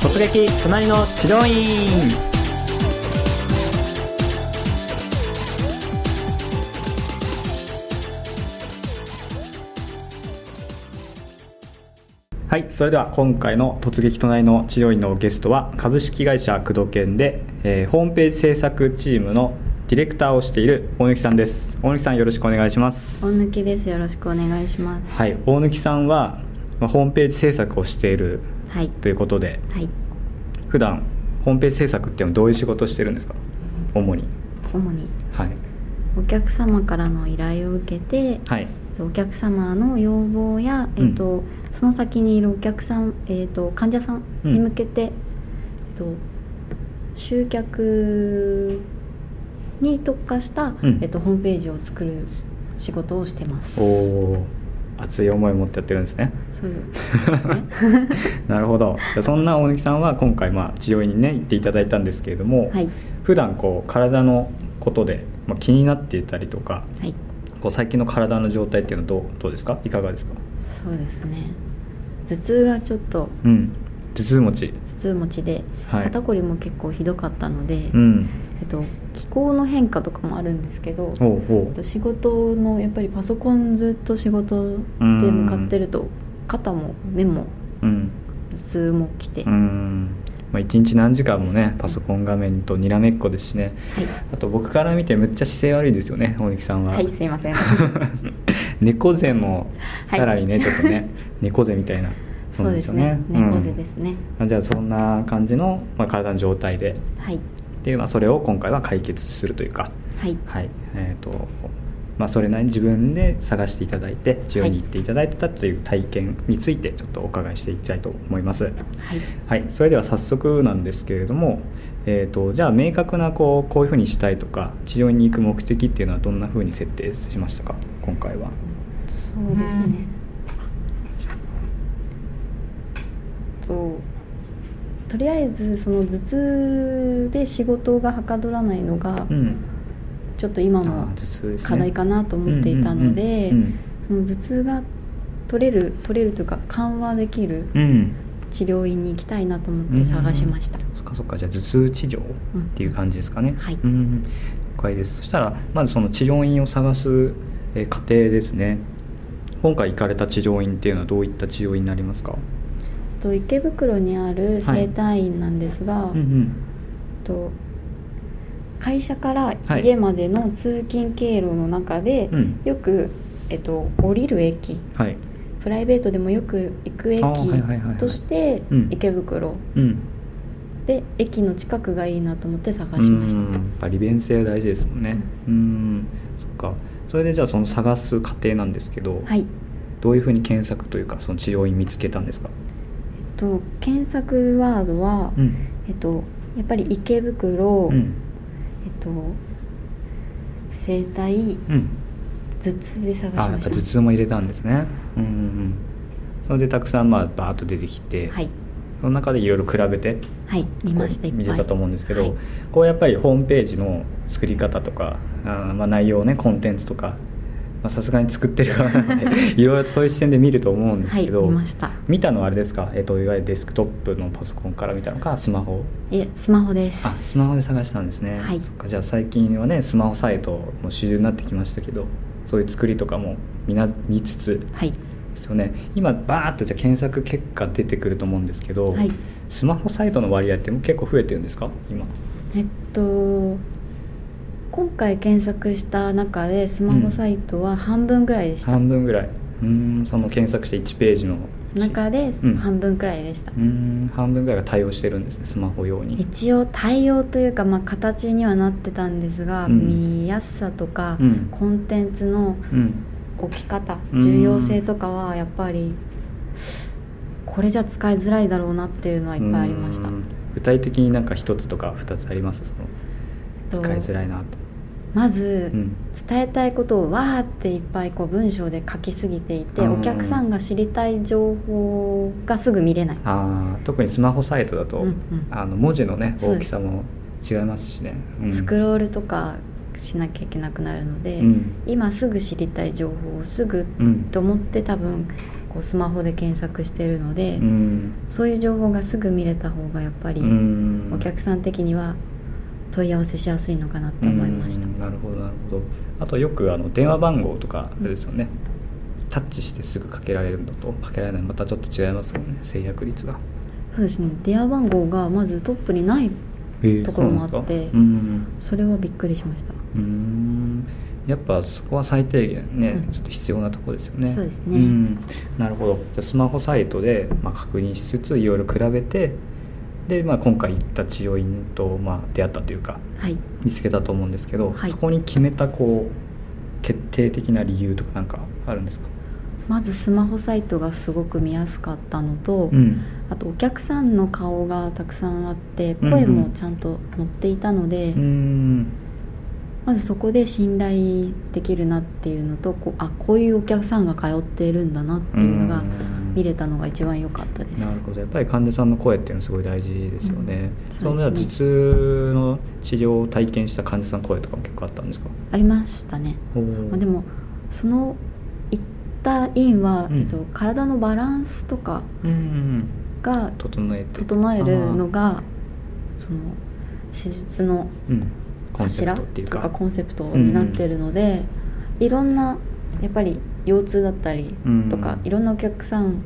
突撃隣の治療院はいそれでは今回の「突撃隣の治療院」のゲストは株式会社工藤研で、えーホームページ制作チームのディレクターをしている大貫さんです大貫さんよろしくお願いします大抜きですよろしくお願いしますはい大貫さんはまあホームページ制作をしているはいということではい普段ホームページ制作っていうのはどういう仕事をしてるんですか主に主にはいお客様からの依頼を受けて、はいえっとお客様の要望や、うんえっとその先にいるお客さん、えっと患者さんうんに向けて、えっと集客に特化した、うんえっとホームページを作る仕事をしてますおお熱い思いを持ってやってるんですねそうですね なるほどじゃあそんな大貫さんは今回まあ治療院にね行っていただいたんですけれども、はい普段こう体のことで、まあ、気になっていたりとかはいこう最近の体の状態っていうのはどうどうですかいかがですかそうですね頭痛がちょっとうん頭痛持ち頭痛持ちで、はい肩こりも結構ひどかったので、うんえっと、気候の変化とかもあるんですけどおうおえっうと仕事のやっぱりパソコンずっと仕事で向かってると肩も目もうん頭痛もきて、うはん、まあ、1日何時間もねパソコン画面とにらめっこですしねあと僕から見てむっちゃ姿勢悪いですよね大貫さんい、は、はい、すい ません猫背もはいさらにね、ちょっとね猫背みたいなそうですねうん猫背ですね、あじゃあそんな感じの、まあ、体の状態ではいで、まあ、それを今回は解決するというかはいはいえっ、とまあそれなりに自分で探していただいて治療に行っていただいてたという体験についてちょっとお伺いしていきたいと思います、はいはい、それでは早速なんですけれども、えー、とじゃあ明確なこうこういうふうにしたいとか治療に行く目的っていうのはどんなふうに設定しましたか今回はそうですね、ととりあえずその頭痛で仕事がはかどらないのがうんちょっと今あのー頭痛ですね課題かなと思っていたのでうんその頭痛が取れる取れるというか緩和できるうんうんうん治療院に行きたいなと思って探しました、そっかそっかじゃあ頭痛治療っていう感じですかね、はいうん了解ですそしたらまずその治療院を探すえー過程ですね今回行かれた治療院っていうのはどういった治療院になりますかと池袋にある整体院なんですが、うんと会社からはい家までの通勤経路の中で、うんよく、えっと、降りる駅うんはいプライベートでもよく行く駅あーはいはいはいはいとしてうん池袋うんで駅の近くがいいなと思って探しましたうんやっぱ利便性大事ですもんねうんそっかそれでじゃあその探す過程なんですけど、はいどういうふうに検索というかその治療院見つけたんですかと検索ワードは、うんえっと、やっぱり池袋、うんえっと整体うん頭痛で探あしやまっしたぱ頭痛も入れたんですねうんうんうんそれでたくさんまあバーッと出てきて、はいその中でいろいろ比べてはい見ましたいこっうぱい見てたと思うんですけど、はいこうやっぱりホームページの作り方とかあーまあ内容ねコンテンツとかまあさすがに作ってる側なの でいろいろとそういう視点で見ると思うんですはけいど、見ました見たのはあれですか、えっといわゆるデスクトップのパソコンから見たのかスマホえスマホですあスマホで探したんですね、はいそっかじゃあ最近はねスマホサイトも主流になってきましたけどそういう作りとかも見な見つつはいですよね今バーッとじゃあ検索結果出てくると思うんですけど、はいスマホサイトの割合ってもう結構増えてるんですか今えっと今回検索した中でスマホサイトは半分ぐらいでした、半分ぐらいうーんその検索して1ページのうち中でうん半分くらいでした、うーん半分ぐらいが対応してるんですねスマホ用に一応対応というか、まあ、形にはなってたんですが、うん見やすさとか、うんコンテンツのうん置き方うん重要性とかはやっぱりこれじゃ使いづらいだろうなっていうのはいっぱいありましたうーん具体的になんか一つとか二つありますそのと使いづらいなと、まず、うん伝えたいことをわーっていっぱいこう文章で書きすぎていてうんお客さんが知りたい情報がすぐ見れないあー特にスマホサイトだと、うんうんあの文字のねそう大できすさも違いますしね、うんスクロールとかしなきゃいけなくなるので、うん今すぐ知りたい情報をすぐうんと思って多分こうスマホで検索してるので、うんそういう情報がすぐ見れた方がやっぱりうんお客さん的には問い合わせしやすいのかなって思いましたうんなるほどなるほどあとよくあの電話番号とかあれですよね、タッチしてすぐかけられるのとかけられないのまたちょっと違いますもんね制約率がそうですね電話番号がまずトップにないところもあってそうなんですかうんそれはびっくりしましたうーんやっぱそこは最低限ね、うんちょっと必要なとこですよねそうですねんなるほどじゃあスマホサイトで、まあ、確認しつついろいろ比べてで、まあ、今回行った治療院と、まあ、出会ったというかはい見つけたと思うんですけど、はいそこに決めたこう決定的な理由とかなんかあるんですか、まずスマホサイトがすごく見やすかったのと、うんあとお客さんの顔がたくさんあってうんうん声もちゃんと載っていたので、うーんまずそこで信頼できるなっていうのとこうあこういうお客さんが通っているんだなっていうのがうん見れたのが一番良かったですなるほどやっぱり患者さんの声っていうのすごい大事ですよね、うんそのそう頭です痛の治療を体験した患者さんの声とかも結構あったんですかありましたね、まあ、でももその行った院は、うんえっと、体のバランスとかうんうんが整えて整えるのがその施術のあーうんコンセプ柱トっていうとかかコンセプトになってるので、いろんなやっぱり腰痛だったりとか、うんいろんなお客さん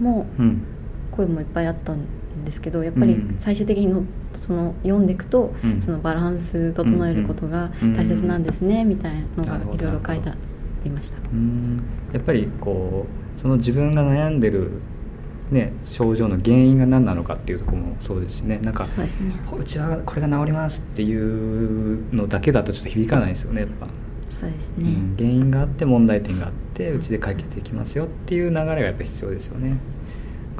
もうん声もいっぱいあったんですけどやっぱりうん最終的にのその読んでいくと、うんそのバランス整えることが大切なんですね、みたいなのながるほどいろいろ書いてなるありました。うんやっぱりこうその自分が悩んでるね症状の原因が何なのかっていうところもそうですしねなんかそうですねこうちはこれが治りますっていうのだけだとちょっと響かないですよねやっぱ、そうですうね、ん、原因があって問題点があってうちで解決できますよっていう流れがやっぱ必要ですよね、はい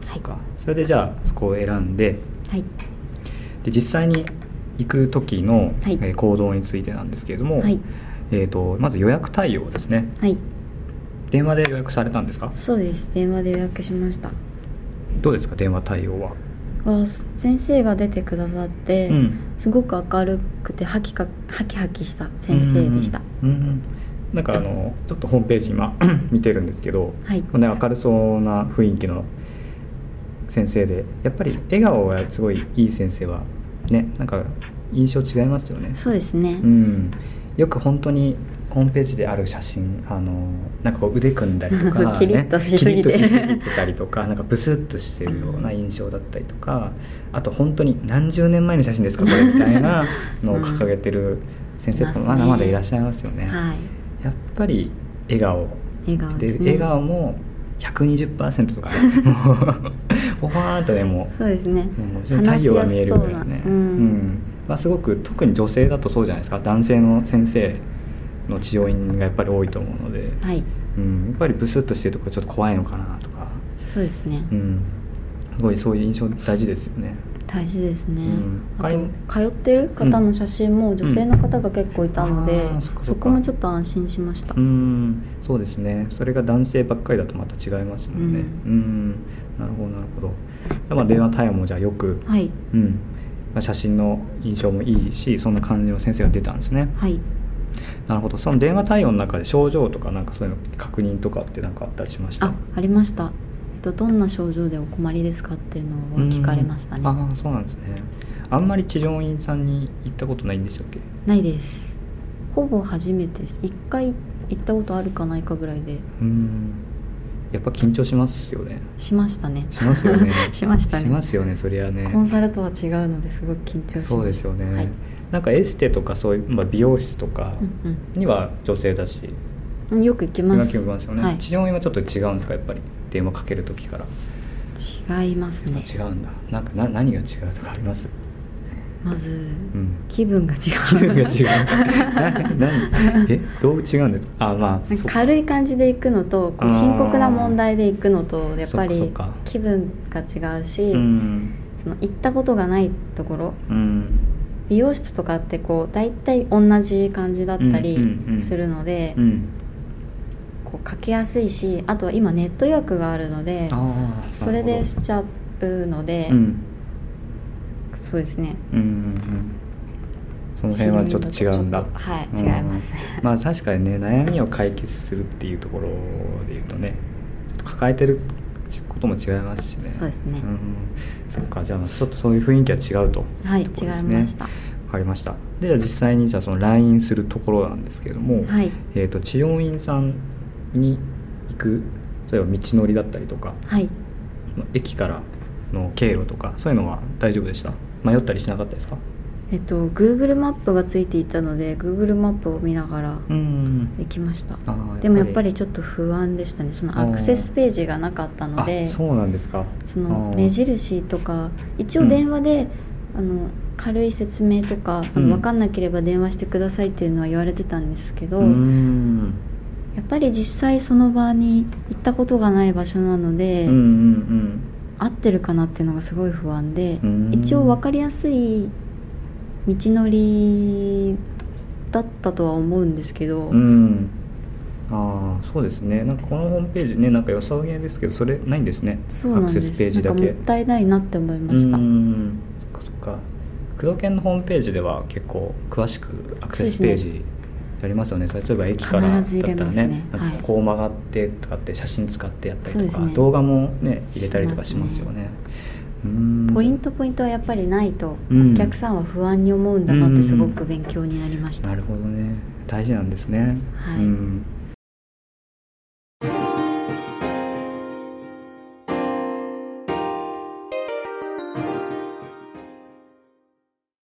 そっかそれでじゃあそこを選んではいで実際に行く時の、はいえー行動についてなんですけれども、はいえー、とまず予約対応ですねはい電話で予約されたんですかそうです電話で予約しましたどうですか電話対応は、は先生が出てくださって、うんすごく明るくてハキかハキハキした先生でした、うんうんうんなんかあのちょっとホームページ 今見てるんですけど、はいこんな明るそうな雰囲気の先生でやっぱり笑顔がすごいいい先生はねなんか印象違いますよねそうですね、うん、よく本当にホームページである写真あのなんかこう腕組んだりと か、ね、キリッとしすぎてキリッとしすぎてたりとか なんかブスッとしてるような印象だったりとかあと本当に何十年前の写真ですかこれみたい なのを掲げてる先生とかもうんまいますねだまだいらっしゃいますよね。はいやっぱり笑顔笑顔でですね笑顔も120%とかねもう ポワーンとねもうそうですねうん非常に太陽が見えるぐらいね、うん、まあ、すごく特に女性だとそうじゃないですか男性の先生の治療院がやっぱり多いと思うので、はいうん、やっぱりブスッとしてるところちょっと怖いのかなとか、そうですね、うん、すごいそういう印象大事ですよね大事ですね、うんあ他にと通ってる方の写真も女性の方が結構いたので、うんあーそっかそっかそこもちょっと安心しました、うんそうですねそれが男性ばっかりだとまた違いますもんねう、うんなるほどなるほど、まあ、電話対応もじゃあよく、はいうんまあ、写真の印象もいいしそんな感じの先生が出たんですねはいなるほどその電話対応の中で症状とかなんかそういうの確認とかってなんかあったりしましたあありましたえっとどんな症状でお困りですかっていうのは聞かれましたねうんああそうなんですねあんまり治療院さんに行ったことないんでしたっけないですほぼ初めてです一回行ったことあるかないかぐらいでうんやっぱ緊張しますよねしましたねしますよね しましたねしますよねそりゃねコンサルとは違うのですごく緊張しましたそうですよね、はいなんかエステとかそういう、まあ、美容室とかうんには女性だし、うん、よく行き今ます聞きますよね、はい、治療院はちょっと違うんですかやっぱり電話かける時から違いますね違うんだなんかな何が違うとかありますまずうん気分が違う気分が違う何 えどう違うんですかあまあなんか軽い感じで行くのとこあうー深刻な問題で行くのとやっぱそっかりそっか気分が違ういし、うん、その行ったことがないところうん美容室とかってこう大体同じ感じだったうんりうんうんするので、うん、こうかけやすいしあとは今ネット予約があるのでああそれでしちゃうので、うんそうですねうんうんうんその辺はちょっと違うんだちょっとはいうん違いますねまあ確かにね悩みを解決するっていうところで言うとねちょっと抱えてることも違いますしねそうですねんそっかじゃあちょっとそういう雰囲気は違うとはいところです違いましたわかりましたでは実際にじゃあその来院するところなんですけれども、はいえー、と治療院さんに行く例えば道のりだったりとかはい駅からの経路とかそういうのは大丈夫でした迷ったりしなかったですかえっと Google マップがついていたので Google マップを見ながらん行きましたあーでもやっぱりちょっと不安でしたねそのアクセスページがなかったのあでそうなんですかそあのー目印とか一応電話で、あの軽い説明とか、あうんの分かんなければ電話してくださいっていうのは言われてたんですけど、うーんやっぱり実際その場に行ったことがない場所なのうで、んうんうん合ってるかなっていうのがすごい不安で、うん一応分かりやすい道のりだったとは思うんですけど、うんああそうですねなんかこのホームページねなんか良さげですけどそれないんですねそうなんでアクセすスページだけなんかもったいないなって思いました、うんそっかそっか工藤研のホームページでは結構詳しくアクセスペーそうジやりますよね例えば駅からだっ必ず入たれらますねねなんかここを曲がってとかって写真使ってやったりとそか、うですね動画もね入れたりとかしますよねうんポイントポイントはやっぱりないと、うんお客さんは不安に思うんだなってすごく勉強になりました、なるほどね大事なんですね、はいうん